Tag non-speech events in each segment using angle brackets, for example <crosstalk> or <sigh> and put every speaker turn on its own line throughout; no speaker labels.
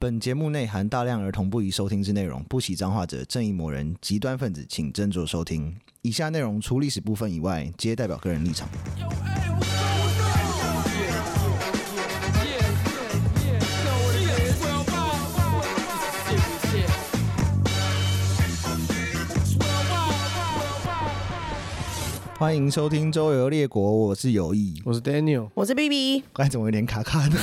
本节目内含大量儿童不宜收听之内容，不喜脏话者、正义魔人、极端分子，请斟酌收听。以下内容除历史部分以外，皆代表个人立场。欢迎收听《周游列国》，我是有意。 <laughs>
我是 Daniel，
我是 B B，
刚才怎么有点卡卡的？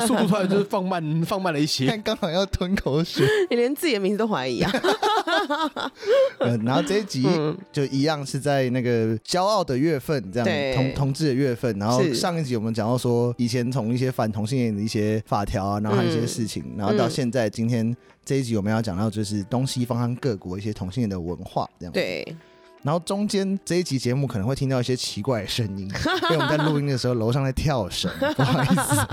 <laughs>
<laughs> 速度突然就是放慢，放慢了一
<laughs>
些。
看刚好要吞口水。
<laughs> 你连自己的名字都怀疑啊？ <laughs>
呃，然后这一集
嗯
就一样是在那个骄傲的月份，这样
对
同同志的月份。然后
是
上一集我们讲到说，以前从一些反同性恋的一些法条啊，然后还有
嗯
一些事情，然后到现在今天这一集我们要讲到就是东西方和各国一些同性恋的文化这样。。
对，
然后中间这一集节目可能会听到一些奇怪的声
<laughs>
音，因为我们在录音的时候楼上在跳绳，不好意思。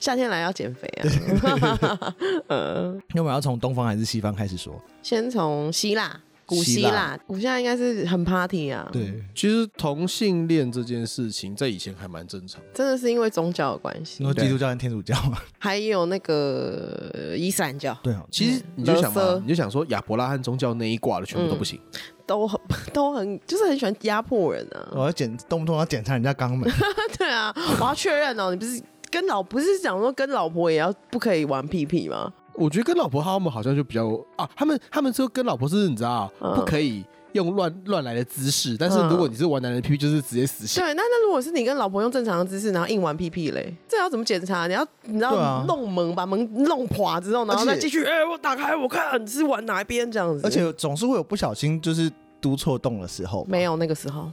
夏天来要减肥啊。呃，
因为我们要从东方还是西方开始说？
先从希腊，古
希
希
腊
腊，古希腊应该是很 party 啊。，
对，
其实同性恋这件事情在以前还蛮正常的，
真的是因为宗教的关系
嗯
你，说基督教跟天主教嘛？
还有那个伊斯兰教
对哦，
嗯
其实你就想
勒
嘛
索，
你就想说亚伯拉罕宗教那一挂的全部都不行，
嗯都很 <laughs> 都很就是很喜欢压迫人啊。
哦
我要检动不动要检查人家肛门。
<laughs> 对啊，我要确认哦，你不是跟老不是讲说跟老婆也要不可以玩屁屁吗？
我觉得跟老婆他们好像就比较啊，他们他们说跟老婆是你知道、啊
嗯
不可以用乱乱来的姿势，但是
嗯
如果你是玩男人的屁，就是直接死刑。
对，那那如果是你跟老婆用正常的姿势，然后硬玩屁屁嘞，这要怎么检查？你要你知道、
对啊
弄门，把门弄垮之后，然后
而且
再继续，哎、我打开我看你是玩哪一边这样子。
而且总是会有不小心就是读错洞的时候，
没有那个时候，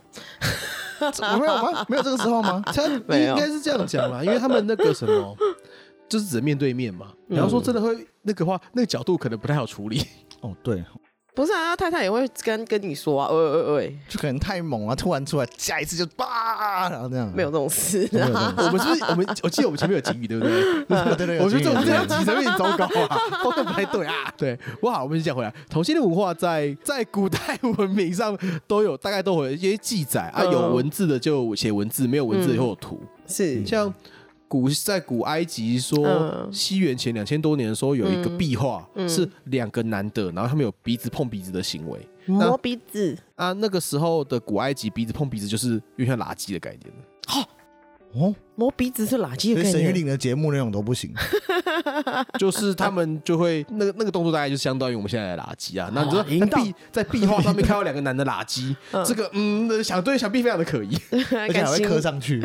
有没有吗？没有这个时候
<laughs>
吗？
他
没有
应该是这样讲啦，因为他们那个什
<laughs>
么，就是只能面对面嘛。
嗯
然后说真的会那个话，那个角度可能不太好处
<laughs>
理。
哦，对，
不是啊，太太也会跟跟你说啊，喂喂喂，
就可能太猛了，突然出来，下一次就叭，然后这样
没有。这种事
没有
啊。
没有没有
我们是不是我们？我记得我们前面有警语，对不
<laughs>
对？ <laughs>
对对对，
我觉得这种
有
这
经验
样几层有点糟糕啊，方向不太
<laughs>
对啊。对，不好，我们讲回来，同性恋文化在在古代文明上都有，大概都有一些记载啊，
嗯
有文字的就写文字，没有文字的就有图。
<laughs>
嗯
是
像古在古埃及说
嗯，
西元前两千多年的时候，有一
嗯
个壁画是两个男的，然后他们有鼻子碰鼻子的行为
嗯
磨鼻子，
啊。那个时候的古埃及鼻子碰鼻子就是有点像垃圾的概念。
哦，
磨鼻子是垃圾
所
的
以
概
沈玉
念。
玲的节目那种都不行。
就是他们就会那个那个动作大概就相当于我们现在的垃圾啊。那你说
哦引
在
导
壁在壁画上面看到两个男的垃圾，这个嗯想对想必非常的可疑，
而且还
<laughs> 感
会
情
磕上去，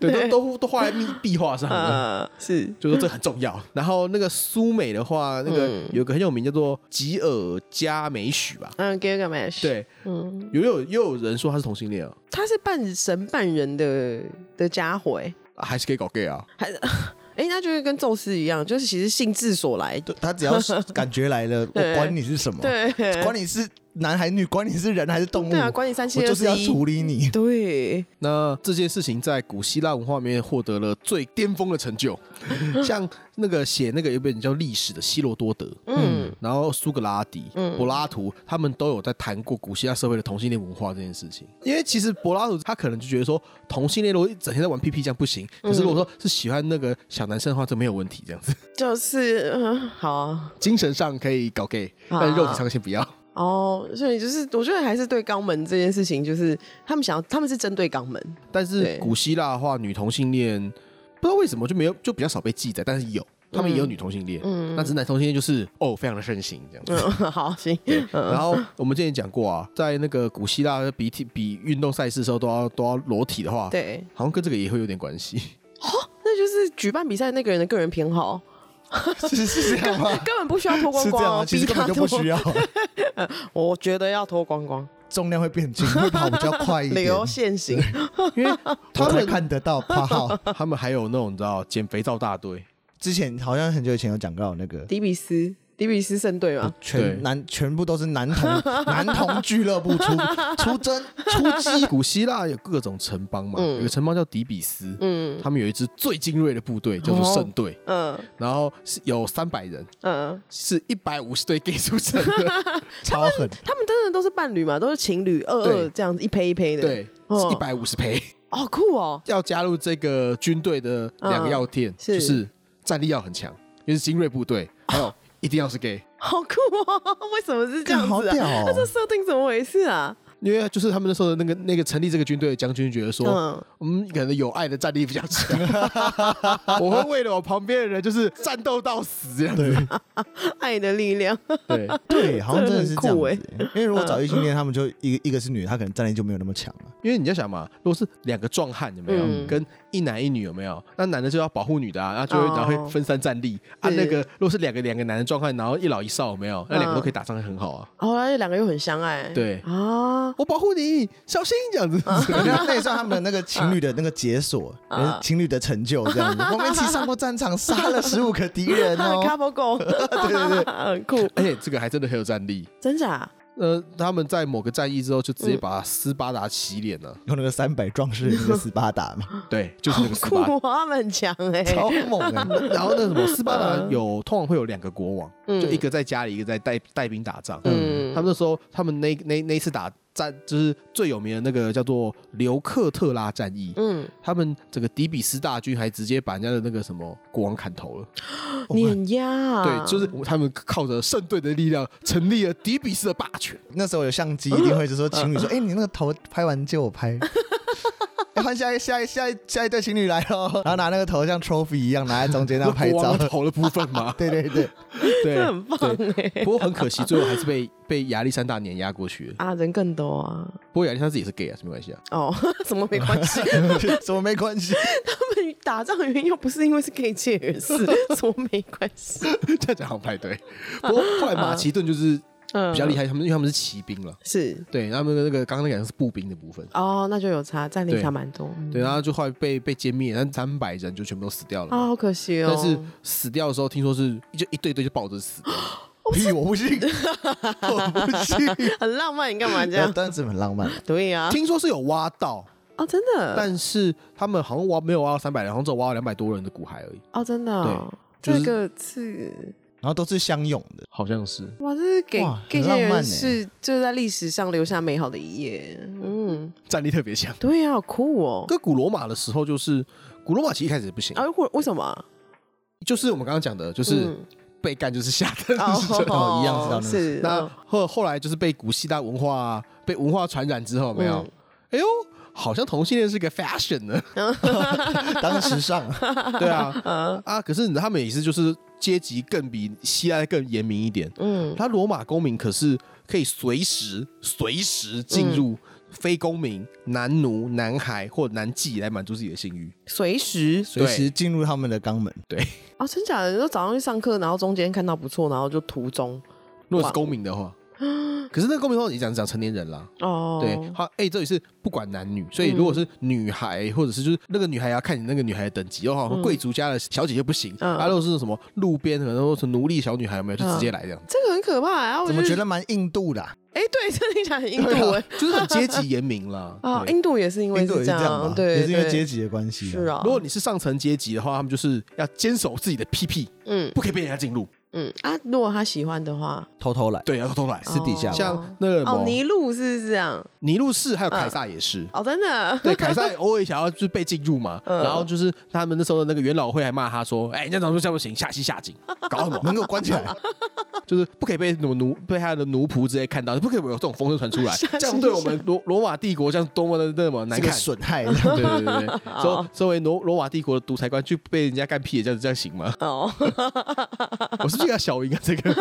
对，都都都画在壁壁画上了。
呃，是
就说这很重要。然后那个苏美的话，那个
嗯
有个很有名叫做吉尔加美许吧，
嗯，Gilgamesh，，
对，
嗯，
有有也有人说他是同性恋啊，
他是半神半人的的家伙、欸，
还是可以搞 gay 啊？
还哎、那就是跟宙斯一样，就是其实兴致所来，
对他只要是感觉来了，我
对
管你是什么，
对，
管你是男还女，管你是人还是动物
对，啊，管你三七
我
二
就是
十
要
一，
处理你。
对，
那这件事情在古希腊文化里面获得了最巅峰的成
<laughs>
就，像那个写那个有本叫《历史》的希罗多德，
嗯，
然后苏格拉底、柏拉图，他们都有在谈过古希腊社会的同性恋文化这件事情。因为其实柏拉图他可能就觉得说，同性恋如果一整天在玩屁屁这样不行，
嗯
可是如果说是喜欢那个小男生的话，这没有问题，这样子
就是嗯，好啊，
精神上可以搞 gay，
啊
但肉体上先不要。
哦，所以就是我觉得还是对肛门这件事情，就是他们想要，他们是针对肛门，
但是
对
古希腊的话，女同性恋不知道为什么就没有就比较少被记载，但是有。他们也有女同性恋，嗯，那只是男同性恋就是哦，非常的盛行这样子。
嗯， <laughs> 好，行，
然后我们之前讲过啊，在那个古希腊比体比运动赛事的时候都要都要裸体的话，
对，
好像跟这个也会有点关系。 <laughs>
那就是举办比赛那个人的个人
<laughs>
偏好，
是是这样吗？
根本不需要脱
是
光
这
光
样啊
哦，
吗？其实
逼
根
他
本就不需
脱，
要，
我觉得要脱光光，
重量会变轻，会跑比较快一点。
流线型， <laughs>
因为
他
他
才
们
看得到八号。
他们还有那种你知道减肥皂大队，
之前好像很久以前有讲到那个
迪比斯，迪比斯胜队嘛，
对
全男全部都是男童
<laughs>
男童俱乐部出出征出击，
古希腊有各种城邦嘛，
嗯
有个城邦叫底比斯，
嗯
他们有一支最精锐的部队叫做圣队，
嗯
然后是有三百人，
嗯，
是一百五十对 <laughs> gay 组成的，
超狠。
他们真的都是伴侣嘛，都是情侣二
对
二这样子一胚一胚的，
对，
哦
是一百五十倍。
好酷哦，
要加入这个军队的两个要点，
是
就是战力要很强，因为是精锐部队，还有一定要是 gay，
好酷哦！为什么是这样
干好
子
屌
啊？
哦
那这设定怎么回事啊？
因为就是他们那时候的那个那个成立这个军队的将军觉得说，
嗯
我们可能有爱的战力比较强，我会为了我旁边的人就是战斗到死这样子。
爱的力量，
对，
<laughs>
对，好像真的是这样
真的
子、
很欸
因为如果找异性恋，他们就一个一个是女，她可能战力就没有那么强
<laughs>
了。
因为你要想嘛，如果是两个壮汉有没有，
嗯
跟一男一女有没有，那男的就要保护女的啊，然后就会、
哦
然后会分散战力啊。
是
那个如果是两个两个男的壮汉，然后一老一少有没
嗯
有，那两个都可以打仗很好啊。
哦，而且两个又很相爱，
对
啊，
我保护你，小心这样子。
嗯
那也算他们的那个情侣的那个解锁，
<laughs>
呃
啊
情侣的成就这样子。我们一起上过战场，杀了十五个敌人
<laughs> 他的
哦。
couple
<laughs>
goal，对对对，很 <laughs> 酷，
<laughs> 而且这个还真的很有战力。
真假？
呃，他们在某个战役之后，就直
嗯
接把斯巴达洗脸了。
用那个三百壮士那个斯巴达
哦
嘛，
对，就是那个斯
酷
巴达。
哦，他们很强哎，
超
<laughs>
猛的。
然后那什么，斯巴达有通常会有两个国王，
嗯
就一个在家里，一个在带带兵打仗。
嗯
他们那时候，他们那那那一次打战，就是最有名的那个叫做刘克特拉战役。
嗯，
他们整个底比斯大军还直接把人家的那个什么国王砍头了，
碾压啊，
哦对，就是他们靠着圣队的力量成立了底比斯的霸权。
那时候有相机，一定会就说情侣说：“哎、你那个头拍完借我拍。哎换下一下一下一下一对情侣来喽， <laughs> 然后拿那个头像 trophy 一样拿在中间那
那
样拍
<laughs> 国
照，
王。头的部分嘛
<laughs>
<laughs>
对对 <laughs> 对，
对，
这很棒欸哎
对。不过很可惜，最后还是被被亚历山大碾压过去了。
啊，人更多啊！
不过亚历山大自己是 gay 啊，是没关系啊。
哦， <laughs> 什么没
<laughs>
关系，
什么没关系，
他们打仗的原因又不是因为是 gay 界人
<laughs>
士，什么没关系？
这样讲好像不太对。不过后来马其顿就是
嗯，
比较厉害，他们因为他们是骑兵了，
是
对，他们的那个刚刚那个好像是步兵的部分，
哦，那就有差，战力
对
差蛮多。嗯
对，然后就后来被被歼灭，但三百人就全部都死掉了
啊，
嘛。
好可惜哦。
但是死掉的时候，听说是就一对对就抱着死掉，
屁我不信，我不信。
很浪漫，你干嘛这
那 <laughs>
样？
当时很浪漫，
对呀、啊，
听说是有挖到，
哦，真的，
但是他们好像挖没有挖到三百人，好像只有挖到两百多人的骨骸而已，
哦，真的哦、
对就是
这个是
然后都是相拥
<laughs>
的。
好像是。
哇，这是给
哇很
gay 界
浪漫欸
人士就在历史上留下美好的一页。嗯，
战力特别强。
对呀、好酷哦。
跟古罗马的时候，就是古罗马其实一开始也不行，
啊，或为什么啊？
就是我们刚刚讲的，就是
嗯
被干就是下等
哦
人。
哦一样知道那个
<laughs> 是
那
嗯
后后来就是被古希腊文化啊被文化传染之后，有没有
嗯，
哎呦，好像同性恋是个 fashion
<laughs>
呢。
当时尚，
对
嗯
啊，啊，可是他们也是就是阶级更比希腊更严明一点。
嗯
他罗马公民可是可以随时随时进
嗯
入非公民、男奴、男孩或男妓来满足自己的性欲。
随时
随时进入他们的肛门。
对，
哦，真假的？你说早上去上课，然后中间看到不错，然后就途中
如果是公民的话，可是那个公民的话，你讲讲成年人啦。
哦，嗯
对，好，哎、这里是不管男女，所以如果是女孩，或者是就是那个女孩要看你那个女孩的等级的话，贵族家的小姐就不行，
嗯
啊，如果是什么路边可能都是奴隶小女孩，有没有就直接来这样子，
这个很可怕啊！我
怎么
就
觉得蛮印度的啊、
哎、对，这听起来很印度
对
哎、
啊就是很阶级严明
<laughs>
啦。
啊，
对
印度也是因为
印度也
是
是
这啊
这样吧？
对，
也是因为
对
阶级的关系、
是，啊。
如果你是上层阶级的话，他们就是要坚守自己的屁屁，
嗯
不可以被人家进入。
嗯啊，如果他喜欢的话，
偷偷来，
对，要偷偷来。
私底下吧
像那个什
哦，
么
尼嗯禄是不是这样？
尼禄氏还有凯撒也是，
哦，真的，
对，凯撒也偶尔想要就是被进入嘛，
嗯
然后就是他们那时候的那个元老会还骂他说：“哎，人家怎么说这样不行，下西下井，搞什么？
门给我关起来。
就是不可以被什么奴被他的奴仆之类看到，不可以有这种风声传出
<laughs>
来，
啊
这样对我们罗罗马帝国这样多么的那么难
是个
看。”
损害， <laughs>
对对对对，作作为罗罗马帝国的独裁官去被人家干屁，这样这样行吗？
<laughs>
<laughs>
哦，
我是不是要小赢啊这个？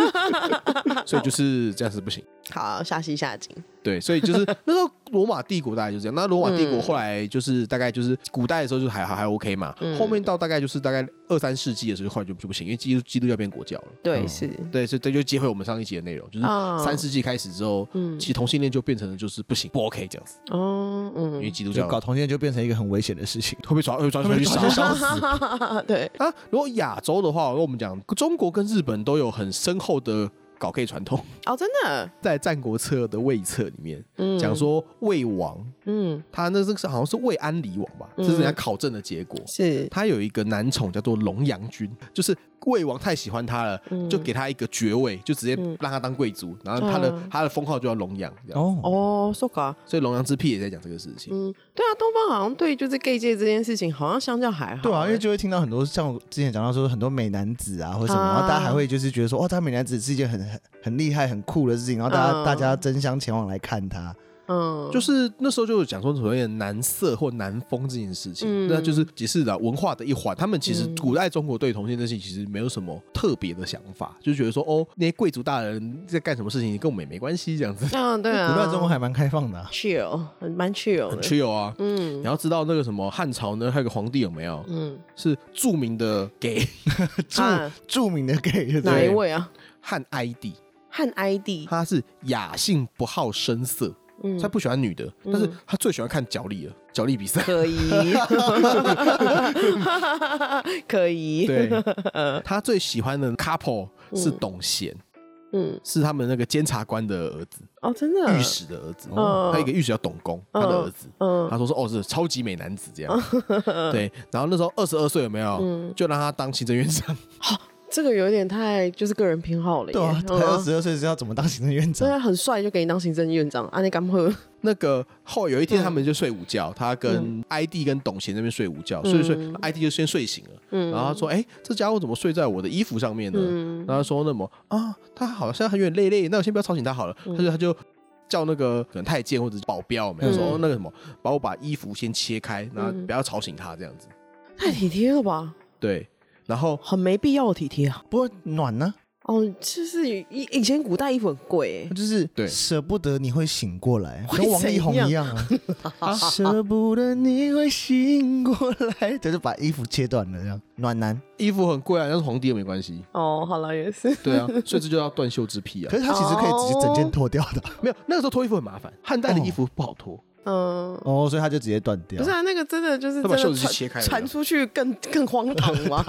<laughs>
所以就是这样是不行。
好，下西下井，
对，所以就是那时候罗马帝国大概就这样。那罗马帝国后来就是大概就是古代的时候就还还还 OK 嘛，
嗯
后面到大概就是大概二三世纪的时候，后来就就不行，因为基督基督教变国教了。
嗯
对，是，
对，所以这就接回我们上一集的内容，就是
哦
三世纪开始之后，
嗯
其实同性恋就变成了就是不行，不 OK 这样子，
哦，
因为
嗯，
基督教
就搞同性恋就变成一个很危险的事情，
会被抓，会被抓会被
会
杀
被烧
<laughs>
死。
<laughs> 对，
啊。如果亚洲的话，如果我们讲中国跟日本都有很深厚的搞 gay 传统， <laughs>
哦，真的，
在《战国策》的魏策里面
嗯，
讲说魏王，
嗯，
他那这个是好像是魏安离王吧，这是人家考证的结果。
是，
他有一个男宠叫做龙阳君，就是魏王太喜欢他了，
嗯
就给他一个爵位，就直接让他当贵族，然后他的、
嗯
他的封号就叫龙阳，这样。
哦，
哦，so ga，
所以龙阳之癖也在讲这个事情。
嗯，对啊，东方好像对就是 gay 界这件事情，好像相较还好，
对啊，因为就会听到很多像我之前讲到说很多美男子啊或什么，
啊
然后大家还会就是觉得说哦哇，他美男子是一件很很很厉害、很酷的事情，然后大家、
嗯
大家争相前往来看他。
嗯，
就是那时候就有讲说所谓的男色或男风这件事情，
嗯
那就是解释了文化的一环。他们其实
嗯
古代中国对同性这件事情其实没有什么特别的想法，就觉得说哦，那些贵族大人在干什么事情跟我们也没关系这样子，
嗯，对啊，
古代中国还蛮开放的、啊，
chill，很蛮 chill
很
的，
chill 啊。
嗯
你要知道那个什么汉朝呢，还有个皇帝有没有
嗯，
是著名的 gay
著、
啊
著名的 gay 对不
哪一
对
位啊？
汉哀帝，
汉哀帝，
他是雅性不好声色，
嗯
他，不喜欢女的，但是他最喜欢看角力了，角力比赛。
可以，
<laughs>
可以，
对，他最喜欢的 couple 是董贤，
嗯，
是他们那个监察官的儿子，
哦，真的
御，史的儿子。
嗯
他有一个御史叫董公，他的儿子。
嗯
他说说哦是超级美男子这
<laughs>
样，对。然后那时候二十二岁有没
嗯
有？就让他当行政院长，
这个有点太就是个人偏好了耶，
对啊，
嗯啊
才二十二岁是要怎么当行政院
真
长？
的很帅就给你当行政院长，啊，你敢喝？
那个后有一
嗯
天他们就睡午觉，他跟 ID 跟董贤那边睡午觉，睡一睡
嗯
ID 就先睡醒了，然后他说：“哎、这家伙怎么睡在我的衣服上面呢？”
嗯
然后他说：“那么啊，他好像有点累累，那我先不要吵醒他好了。
嗯
他就他就叫那个可能太监或者是保镖，没有说、
嗯
哦那个什么，把我把衣服先切开，然后不要吵醒他这样子。
太体贴了吧，
对，然后
很没必要的体贴啊。
不过暖呢、
哦，就是以以前古代衣服很贵
那就是
对
舍不得你会醒过来，
会
跟王力宏
怎样
一样啊， <laughs> 舍不得你会醒过来， <laughs> 就是把衣服切断了这样。暖男，
衣服很贵啊，但是皇帝又没关系。
哦，好了，也是，
对
<laughs>
啊，所以这就叫断袖之癖啊
可。是他其实可以直接整
哦
件脱掉的啊
没有，那个时候脱衣服很麻烦，汉代的衣服不好脱，
嗯，
哦，所以他就直接断掉。
不是啊，那个真的就
他
是真
把
的
袖子
传
切开了
传出去更更荒唐嘛。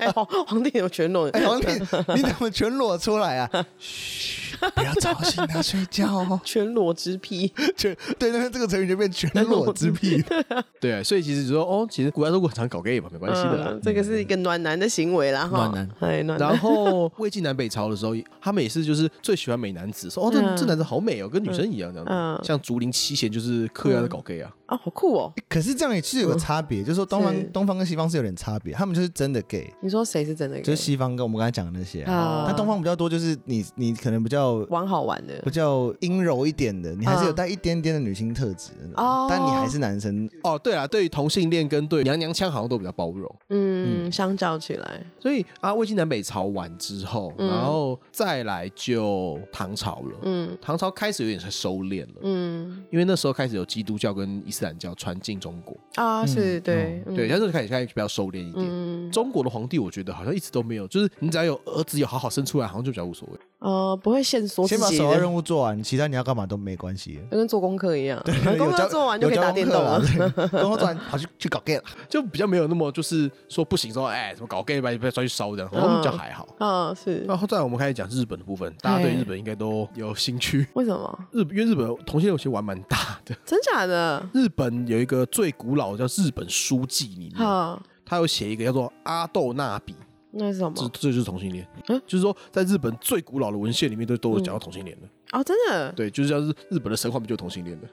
哎，皇皇帝有权拢，
哎，皇帝，你怎么全裸出来啊？ <laughs> 嘘，不要吵醒他睡觉
<laughs>
哦。
全裸之癖，
全对，那这个成语就变全裸之
<laughs>
癖。 <laughs>
对啊，所以其实就说哦，其实古代中国很常搞 gay 嘛，没关系的啦。
嗯，这个是一个暖男的行为啦，哈，
暖男，
哎，暖
然
男， <laughs>
后魏晋南北朝的时候，他们也是就是最喜欢美男子，说哦这
嗯
这男子好美哦，跟女生一样这样子。
嗯
像竹林七贤就是刻意要在搞 gay 啊，
啊，好酷哦！
可是这样也是有个差别，就是说东
是
方东方跟西方是有点差别，他们就是真的 gay，
你说谁是真的？
就是西方跟我们刚才讲的那些啊。
啊，
但东方比较多，就是你你可能比较
玩好玩的
比较阴柔一点的，你还是有
嗯
带一点点的女性特质的那种
哦
但你还是男生。
哦对啦，对于同性恋跟对娘娘腔好像都比较包容。
嗯，相较起来，
所以啊，魏晋南北朝完之后，然后再来就唐朝了。
嗯
唐朝开始有点收敛了，
嗯
因为那时候开始有基督教跟伊斯兰教传进中国，
啊，是
嗯
对
对，，但是开始开始比较收敛一点。
嗯
中国的皇帝，我觉得好像一直都没有，就是你只要有儿子有好好生出来，好像就比较无所谓。
呃，不会限缩自
先把
己
首要
的，
任务做完，其他你要干嘛都没关系。
就跟做功课
<laughs>
一样， <laughs> 功
有
课
交
做完就可以打电动了
有。交功课了，啊对功课做完跑去去搞
<laughs>
gay 了。
就比较没有那么就是说不行说哎什么搞 gay 把你被抓去烧这样，然后比较还好。
<laughs> 啊，是
哦
然后再来我们开始讲日本的部分，大家对日本应该都有兴趣。
为什么？
日因为日本同性恋其实玩蛮大的，
真假的？
日本有一个最古老的叫日本书记
嗯
里面，
哈，
他有写一个叫做阿豆纳比，
那是什
这
么？
这就是同性恋
嗯，
就是说在日本最古老的文献里面都都有讲到同性恋的，
哦，真的，，
对，就是像是日本的神话不就有同性恋的，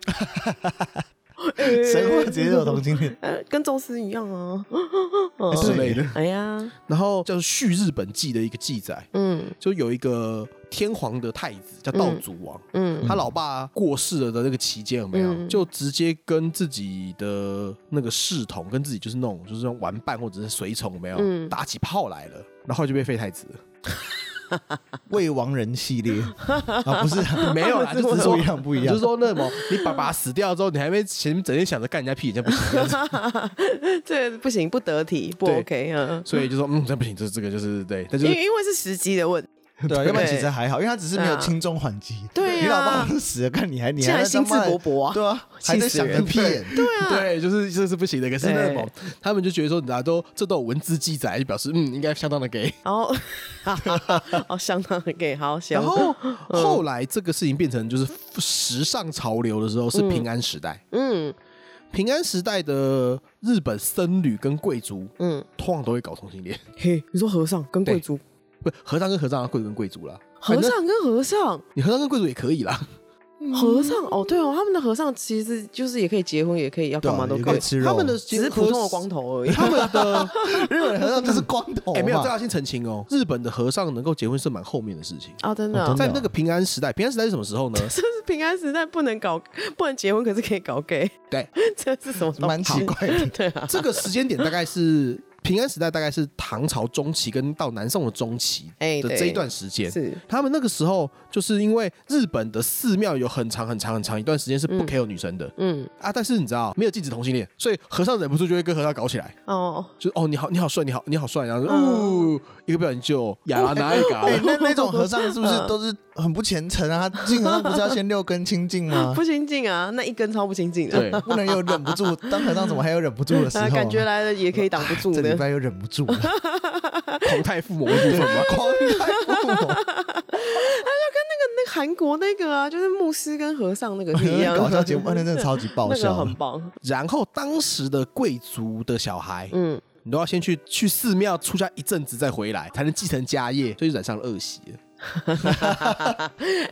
神话直接有同性恋
<laughs> 呃，跟宙斯一
<laughs>
样啊。
<laughs> 之类的。
哎呀，
然后叫《续日本记》的一个记载，
嗯
就有一个天皇的太子叫道祖王，
嗯 <laughs>
他老爸过世了的那个期间有没有，
嗯
就直接跟自己的那个侍从，跟自己就是那种就是那种玩伴或者是随从有没有、
嗯
打起炮来了，然后就被废太子了，
未亡人系
<laughs>
列啊，不是啊
没有啦，就只是说
不一样，不一
就
样
是。说那什么，你爸爸死掉之后，你还没前面整天想着干人家屁，这样不行。这样子
这不行，不得体，不
对
OK 嗯，
所以就说，嗯，这不行，这这个就是对，但就
因
是
为因为是时机的问题，
对啊，要不然
对
其实还好，因为他只是没有轻重缓急。
对啊
你老爸好像死了，看你还你
竟
还
然
在他妈的
心智勃勃啊
对啊，
气死
还在想个
人
屁眼。
对，就是这是不行的。可是那种他们就觉得说，你啊都这都有文字记载，就表示嗯，应该相当的给。
然后， <laughs> 哦，相当的给好香。
然后后来这个事情变成就是时尚潮流的时候是平安时代，
嗯
平安时代的日本僧侣跟贵族
嗯，
通常都会搞同性恋， <laughs>
嘿，你说和尚跟贵族，
不和尚跟和尚啊，贵族跟贵族啦，
和
反正
尚跟和尚，
你和尚跟贵族也可以啦，
嗯
和尚哦，对哦，他们的和尚其实就是也可以结婚，也可以要干嘛都
对啊
可
也可
以
以，吃肉
他
<laughs>
们的
只是普通的光头而已。
<laughs> 他们
<laughs>
的
日本和尚就是光头
哎、没有，
嘛
这要先澄清哦。日本的和尚能够结婚是蛮后面的事情，
啊，真的啊
哦，
<laughs>
真的
在那个平安时代，平安时代是什么时候呢？
这是平安时代不能搞，不能结婚，可是可以搞 gay， <laughs>
对，
这是什么东西？
蛮奇怪的。
<laughs> 对啊，
哎这个时间点大概是 <laughs> 平安时代，大概是唐朝中期跟到南宋的中期
哎
的
对
这一段时间。
是
他们那个时候，就是因为日本的寺庙有很长很长很长一段时间是不 care 女生的、
嗯
啊，但是你知道没有禁止同性恋，所以和尚忍不住就会跟和尚搞起来，
哦，
就是哦你好你好帅你好你好帅，然后就
嗯
哦一个不小心就亚拉那一嘎
哎
了，
<laughs>
那 <laughs> 那种和尚是不是
嗯
都是很不虔诚啊？他进和尚不是要先六根清净
<laughs>
吗
不？清净啊，那一根超不清净的，
对，
不能有忍不住，
<laughs>
当和尚怎么还有忍不住的时候
啊
啊？
感觉来了也可以挡不住
这礼
的。
拜又忍不
<laughs>
住了，
狂太附魔的部分嘛，
狂太父母
那个韩国那个啊，就是牧师跟和尚那个是一样的，
<laughs> 搞笑节目，那真的超级爆
<laughs> 那个
笑
很。棒。
然后当时的贵族的小孩，
嗯，
你都要先去去寺庙出家一阵子再回来，才能继承家业，所以就染上了恶习。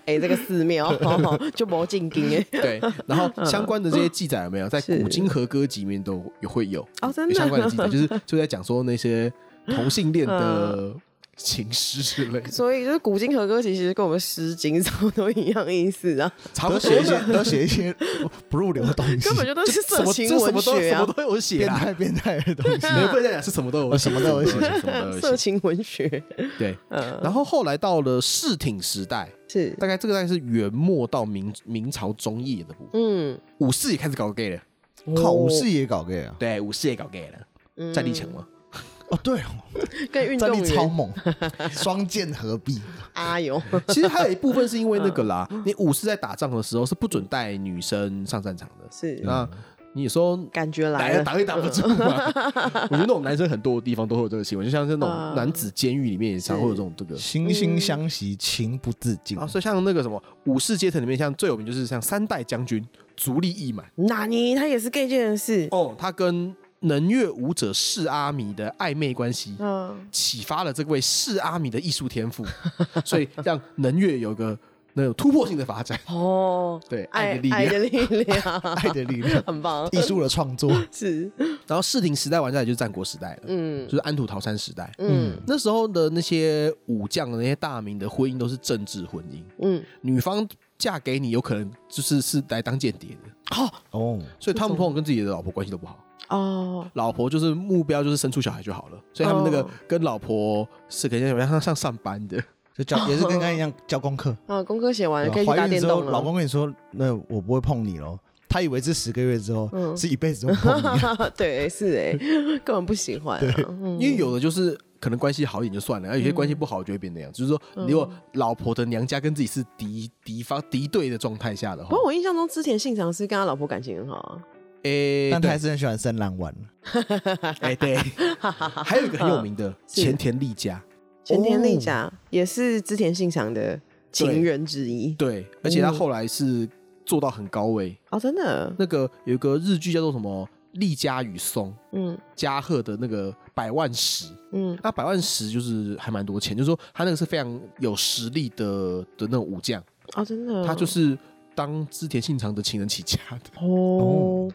哎、这个寺庙 <laughs> 哦就没进京哎。 <laughs>
对，然后相关的这些记载有没有在
是
古今和歌集里面都有会有
哦真的
有相关的记载，
<laughs>
就是就在讲说那些同性恋的
嗯
情诗之类
<laughs>
的，
所以就是古今和歌其实跟我们《诗经》差不多一样意思啊，
差
多
不多
写一些，多写一些不入流的东西，
<laughs> 根本就都是色
什么
情
这什
文
么都
学
什么
啊，
都有写
变
啊。
态变态的东
<laughs>
西。
你们不能再讲是什么都有写，
哦什么都有写
什么都
色
有写。
情文学，
对，
嗯，
然后后来到了室町时代，
是，
大概这个大概是元末到明明朝中叶的部分，
嗯，
武士也开始搞 gay 了，
靠，武士也搞 gay 啊？
对，武士也搞 gay 了，战力强吗？
哦，对哦，
跟运
战
动
力超
员，
猛， <laughs> 双剑合璧。
啊哟，
<laughs> 其实还有一部分是因为那个啦，你武士在打仗的时候是不准带女生上战场的，
是
那你说
感觉
打
来
也嗯
了，
打也打不住嘛？ <laughs> 我觉得那种男生很多地方都会有这个行为，就像是那
嗯
种男子监狱里面也常会有这种这个。
惺惺相惜，情不自
<laughs>
禁
啊，。所以像那个什么武士阶层里面，像最有名就是像三代将军足利义满
纳尼他也是 gay 界人士，
哦，他跟能乐舞者释阿弥的暧昧关系，
嗯，
启发了这位释阿米的艺术天赋，所以让能乐有个那种突破性的发展。
哦，
对，爱
爱
的力
爱的
量。
力量，，
爱的力量
很棒，
艺术的创
<laughs>
作。
是，
然后室町时代完下来就是战国时代了，
嗯
就是安土桃山时代。
嗯
那时候的那些武将的那些大名的婚姻都是政治婚姻，
嗯，
女方嫁给你有可能就是是来当间谍的，
好
哦，
所以他们通常跟自己的老婆关系都不好。
哦，
老婆就是目标就是生出小孩就好了，所以他们那个
哦嗯
跟老婆是可能有点像像上班的，
就教也是跟刚才一样教功
<laughs>
课。
啊，功课写哦完了可以去打
怀孕
电
之后，
动
老
了。
公跟你说：“那我不会碰你喽。”他以为是十个月之后，
嗯
是一辈子都不碰你。
<laughs> 对，是哎、根本不喜欢、啊。嗯
因为有的就是可能关系好一点就算了，而有些关系不好就会变那样。就是说，
嗯
如果老婆的娘家跟自己是敌敌方敌对的状态下的
不
话
过，我印象中，之前信长是跟他老婆感情很好啊。
诶、
但他还
对，
是很喜欢深蓝丸。
哎、对， <laughs> 嗯还有一个很有名的
是
前田利家，
前田
哦
利家、也是织田信长的情人之一
对，而且他后来是做到很高位。
哦，真的，
那个有一个日剧叫做什么《利家与松》，
嗯
加贺的那个百万石，
嗯
那百万石就是还蛮多钱，就是说他那个是非常有实力的的那种武将，
哦，真的，
他就是当织田信长的情人起家 <laughs> 的。
哦，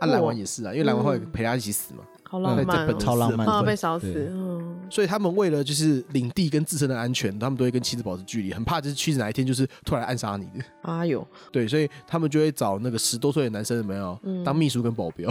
啊，蓝丸也是啊，因为蓝丸会陪他一起死嘛，
好浪
在
漫、
本
哦，
超浪漫
啊，
嗯对
被烧死，
对
嗯，
所以他们为了就是领地跟自身的安全，他们都会跟妻子保持距离，很怕就是妻子哪一天就是突然暗杀你的。
啊有
对，所以他们就会找那个十多岁的男生有没有、
嗯
当秘书跟保镖？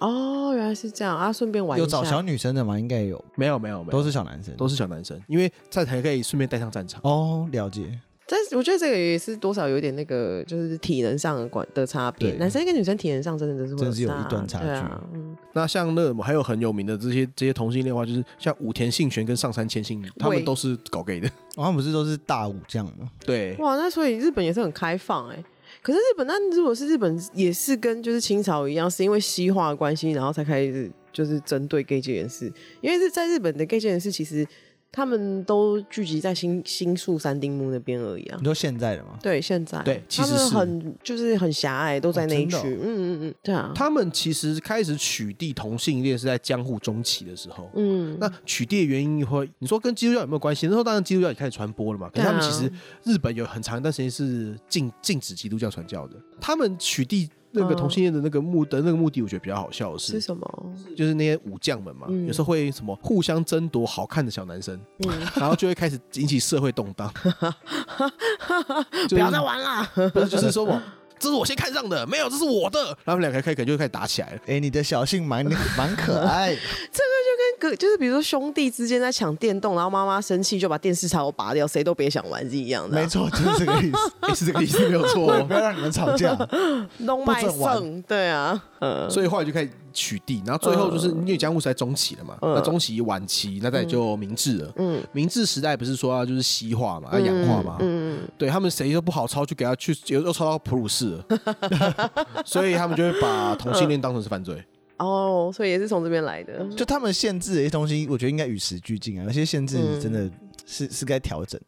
哦，原来是这样啊，顺便玩
有
一下
找小女生的吗？应该也有，
没有没有没有，
都是小男生。
都是小男生，因为这才可以顺便带上战场。
哦，了解。
但是我觉得这个也是多少有点那个，就是体能上的管的差别。
对
男生跟女生体能上真的真是会
真是有
差
一段差距
对啊嗯，
那像那我还有很有名的这些这些同性恋的话，就是像武田信玄跟上杉千信，他们
喂
都是搞 gay 的。
哦他们不是都是大武将吗？
对，
哇，那所以日本也是很开放哎、可是日本，那如果是日本，也是跟就是清朝一样，是因为西化的关系，然后才开始就是针对 gay 这件事。因为是在日本的 gay 这件事，其实他们都聚集在新新宿三丁目那边而已啊
你。说现在的吗？
对，现在
对其实
他们
是
很就是很狭隘，都在那一
哦
区。
真的哦
嗯嗯嗯，对啊，
他们其实开始取缔同性恋是在江户中期的时候。
嗯，
那取缔的原因会，你说跟基督教有没有关系？那时候当然基督教也开始传播了嘛。可是他们
对
其
啊
实日本有很长一段时间是禁禁止基督教传教的。他们取缔那个
嗯
同性恋的那个目的那个目的，我觉得比较好笑的是
是，什么？
就是那些武将们嘛，
嗯
有时候会什么互相争夺好看的小男生， <laughs> 然后就会开始引起社会动
<laughs>
荡。
不要再玩啦！
不是就是说我这是我先看上的，没有这是我的，然后他们两个开可能就会开始打起来了。
哎、你的小性蛮蛮可爱， <laughs>
跟就是比如说兄弟之间在抢电动，然后妈妈生气就把电视插头拔掉，谁都别想玩是一样的、啊
没，错，就是这个 <laughs> 意思。
诶是这个意思没有错
对，
哦
不。要让你们吵架。
弄
不
麦
准玩
胜，对啊，嗯，
所以后来就开始取缔，然后最后就是因为江户时代中期了嘛，那中期晚期，那再来就明治了。嗯，明治时代不是说要就是西化嘛，要洋化嘛，嗯，对他们谁都不好抄，就给他去又又抄到普鲁士 <laughs> 了，所以他们就会把同性恋当成是犯罪。
哦，所以也是从这边来的，
就他们限制的一些东西，我觉得应该与时俱进啊。有些限制真的是、是该调整。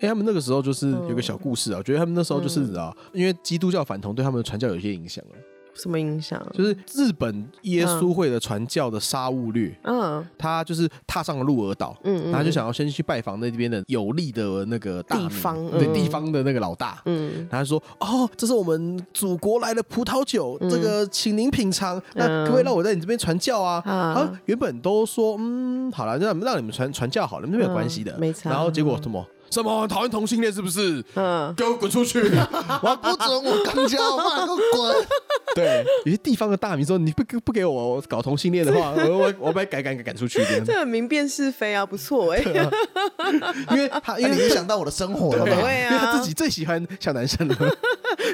哎、他们那个时候就是有个小故事啊，我觉得他们那时候就是你知道，因为基督教反同对他们的传教有一些影响了，
什么影响？
就是日本耶稣会的传教的杀戮略，
嗯
他就是踏上了鹿儿岛，
嗯嗯
然后就想要先去拜访那边的有利的那个大名
地方
对
嗯
地方的那个老大。
嗯，
然后他说：“哦，这是我们祖国来的葡萄酒，
嗯
这个请您品尝。那可不可以让我在你这边传教啊？”
啊
他原本都说：“嗯，好了，让让你们传传教好了，那没有
嗯
关系的。
没差
然后结果什么？什么讨厌同性恋是不是？
嗯，
给我滚出去！
<laughs>
<laughs>
我不准我刚交，我给我 <laughs> 滚！
对，有些地方的大名说你不不给我搞同性恋的话，我我我被赶赶赶赶出去这样子
这很明辨是非啊，不错哎、
因为他因
啊 <laughs> 因
为
为哎影响到我的生活了
对
吧？
对
<laughs>
啊
因为他自己最喜欢小男生了，
<laughs>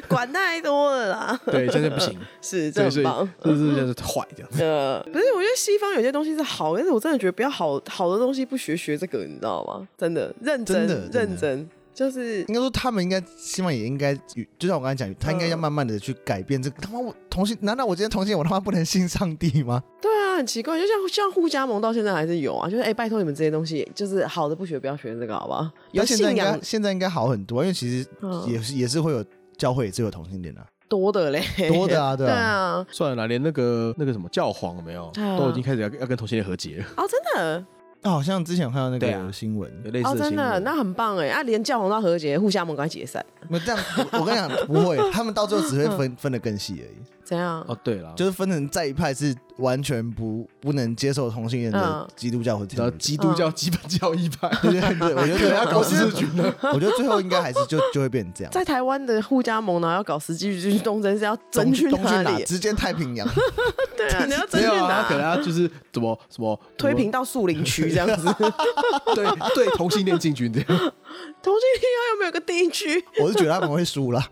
管太多了啦，
<laughs> 对，真的不行，
是这
对，所
很
以
棒。
<laughs> 这是这是坏这样子。
呃，不是，我觉得西方有些东西是好，但是我真的觉得不要好好的东西不学学这个，你知道吗？真的认真
真的真的
认真，就是
应该说他们应该，希望也应该与，就像我刚才讲，他应该要慢慢的去改变这个。他妈我同性，难道我今天同性，我他妈不能信上帝吗？
对啊，很奇怪，就像像互加盟到现在还是有啊，就是哎、拜托你们这些东西，就是好的不学，不要学这个，好不好？有
但现在
信
应
仰
该现在应该好很多，因为其实
嗯
也是、也是会有教会也是有同性恋的、啊，
多的嘞，
多
<laughs>
的啊，
对
对啊。
啊，
算了啦，连那个那个什么教皇有没有，
啊
都已经开始要要跟同性恋和解了，
哦，真的，
啊好像之前有看到那
对啊
个新闻，
有类
哦，
似的
真
新
的，
闻。
那很棒哎，啊，连教皇到和解，互加盟赶快解散，
那这样我我跟你讲不会，他们到最后只会分分得更细而已，
怎样？
哦，对了，
就是是分成在一派是完全不不能接受同性恋的
嗯
基督教或者天
然后
主教。
基督教基本教义 <laughs> 派，
对对对，我觉得
要搞
我觉
十字
<laughs>
得
军了。
我觉得最后应该还是就就会变成这样。
在台湾的互加盟呢，要搞实际军东征是要争
东
去
东
哪
去哪？
里？
直接太平
<laughs>
洋。
对
<laughs>
啊，你要争
没
去
有啊，他可能
哪？
要就是怎么什么
<laughs> 推平，到树林区这样
<laughs>
子，
对对，同性恋进军这样。
同性恋要有没有个地区？
我是觉得他们会输
<laughs>
啦，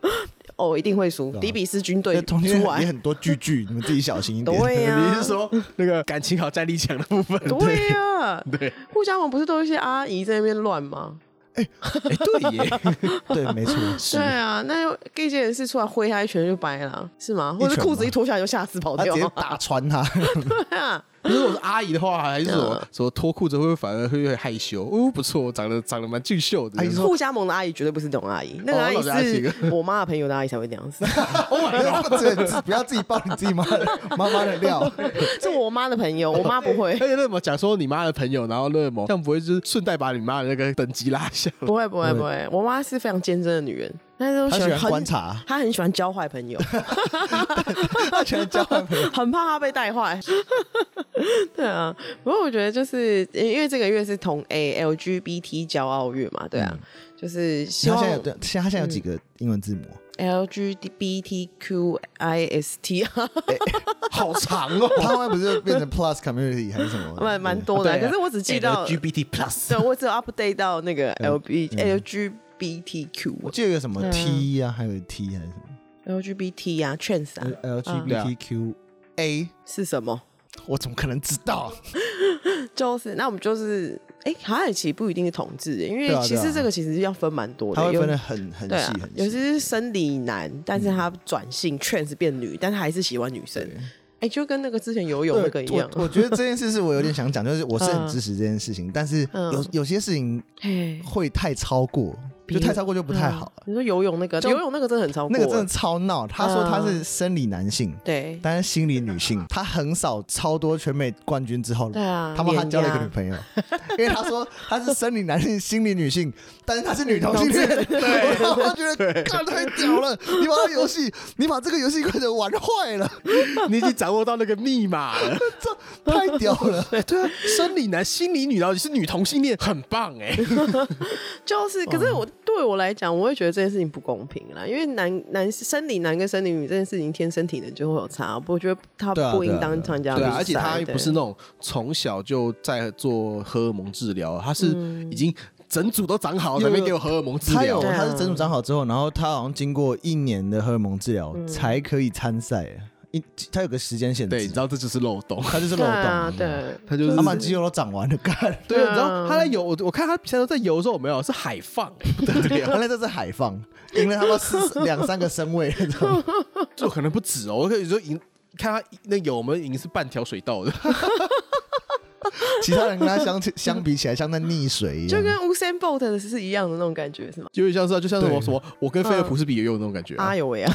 哦，一定会
啊
输，迪比斯军
因
队
为 <laughs> 同性恋
出
也
来，
很多句句，你们自己小心一点。
<laughs> 对啊
<laughs> 你
呀
是，说那个感情好、战力强的部分？
对呀，
对， <laughs>
互加盟不是都有一些阿姨在那边乱吗？
哎，对耶，
<laughs>
<laughs>
对，
<laughs>
没错，
对啊，那 gay 界人士出来挥他一拳就掰了，是吗？或者
拳
裤子
吗
一脱下来就吓死跑
他直
掉，
接打穿他。
<laughs> 对啊，
如果是阿姨的话，还是什
嗯
么什么脱裤子会不会反而会会害羞？哦，不错，长得长得蛮俊秀
啊
的。
阿姨哎说
互加盟的阿姨绝对不是那种阿姨，那个
哦
阿姨
那种阿姨
是 <laughs> 我妈的朋友的阿姨才会那样子， <laughs>
Oh my god！这不要自己爆你自己妈的妈妈的料。
是 <laughs> 我妈
<laughs>
的朋友，我妈不会
而，且那么讲说你妈的朋友，然后那么这样不会就是顺带把你妈的那个等级拉下来？
不会，不会，不会，我妈是非常坚贞的女人，但是我
他喜欢
很
观察，
她很喜欢教
<laughs>
坏朋友，
他喜欢交换朋友。
<laughs> 很怕她被带坏。 <laughs> 对啊，不过我觉得就是因为这个月是同 A LGBT 骄傲月嘛，对啊，就是希
他
望
嗯现
嗯
在有对，现在他现在有几个英文字
<laughs>
母？
<laughs> LGBTQIST 啊，
<laughs> 好长哦，
他后来不是变成 Plus Community 还是什么？啊
啊
哎
哎
蛮蛮多的，可是我只记到
LGBT plus。
嗯
对，我只有 update 到那个 L B L G
我
LGBTQ、
记得有什么
嗯
T 啊，还有 T 还是什么
LGBT 呀、trans
嗯
啊
LGBTQA，
是什么？
我怎么可能知道？
啊就是那我们就是，哎、好像也其实不一定是同志，欸因为
对啊
其
对
实
啊
这个其实要分蛮多的，
它会
有
分得很很
对
细
啊，
很
有
细。嗯
些是生理男，但是他转性 trans 变女，但他还是喜欢女生。哎、就跟那个之前游泳那个一样啊
我，我觉得这件事是我有点想讲，就是我是很
嗯
支持这件事情，但是
嗯
有有些事情
嘿，
会太超过，
比
就
如
太超过就不太好了。
你说游泳那个，
就
游泳那个真的很超过，
那个真的超闹，他说他
嗯
是生理男性，
对
但是心理女性，他横扫超多全美冠军之后，
对啊，
他妈他
碾
交了一个
压
女朋友， <laughs> 因为他说他是生理男性、心理女性，但是他是女同性恋，我他妈觉得干太屌了！你把这游戏，你把这个游戏规则玩坏了，
<laughs> 你已经掌握到那个密码了。
这太屌了！
<laughs> 哎，对啊，生理男、心理女，然后你是女同性恋，很棒哎。
就是，
嗯
可是我对我来讲，我会觉得这件事情不公平啦，因为男男生理男跟生理女这件事情，天生体能就会有差，我觉得他
对啊
不应
对啊
当
对啊
参加比
对
赛、
啊，而且他又不是
对
那种从小就在做荷尔蒙治疗，他是
嗯
已经整组都长好，
有
那边给我荷尔蒙治
他有
疗。
对啊
他是整组长好之后，然后他好像经过一年的荷尔蒙治疗
嗯
才可以参赛，一他有个时间限
对，你
制
知，道这就是漏洞。
他就是漏
对
洞
啊，，
你知道吗
对，
他就是
他把肌肉都长完了，干。 <laughs>
对，
对啊
你知道他在游，我我看他平常在游的时候有没有是海放，哎不得了，
原来这是海放，赢了他妈四两三个身位那
<laughs>
种。
就可能不止哦。我可以说赢，看他那游我们赢是半条水道的， <laughs>
其他人跟他相相比起来，像在溺水一样。
就跟 Usain Bolt 的是一样的那种感觉，是吗？
有点像是啊就像什么
对嗯
什么，我跟菲尔普斯比游泳那种感觉啊。
哎呦喂啊！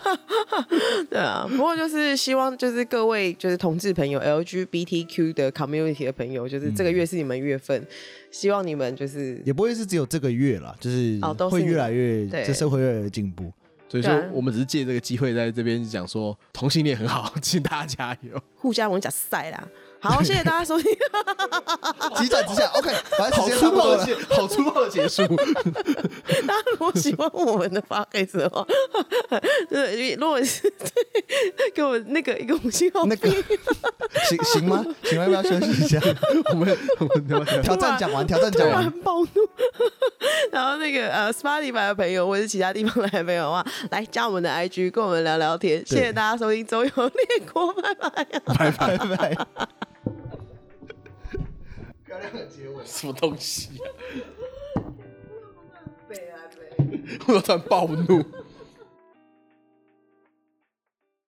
<laughs> 对啊，不过就是希望就是各位就是同志朋友 LGBTQ 的 community 的朋友，
嗯
就是这个月是你们月份，希望你们就是
也不会是只有这个月啦，就是
哦都是
会越来越，
对
这社会越来越进步。
所以
对
说
啊，
我们只是借这个机会在这边讲说，同性恋很好， <laughs> 请大家加
<laughs>
油。
互加盟假赛啦。好，谢谢大家收听。啊
急转直下，OK，反
<laughs>
正
好
时间差
粗
不
暴
多
的
了。
结， <laughs> 好粗暴的结束。
大家如果喜欢我们的 podcast 的话， <laughs> 对，如果是对给我那个一个五星好评
那个 <laughs> 行行吗？行吗？要不要休息一下？
我们我们
挑战讲完，挑战
<laughs> 突
讲
然
完。
暴怒。 <laughs> 然后那个呃，Spotify 的朋友或者是其他地方来的朋友的话，来加我们的 IG，跟我们聊聊天。谢谢大家收听《周游列国》，
拜
拜拜。
<laughs> 拜拜。
<laughs> 什么 <laughs> 东西啊？我突然暴怒。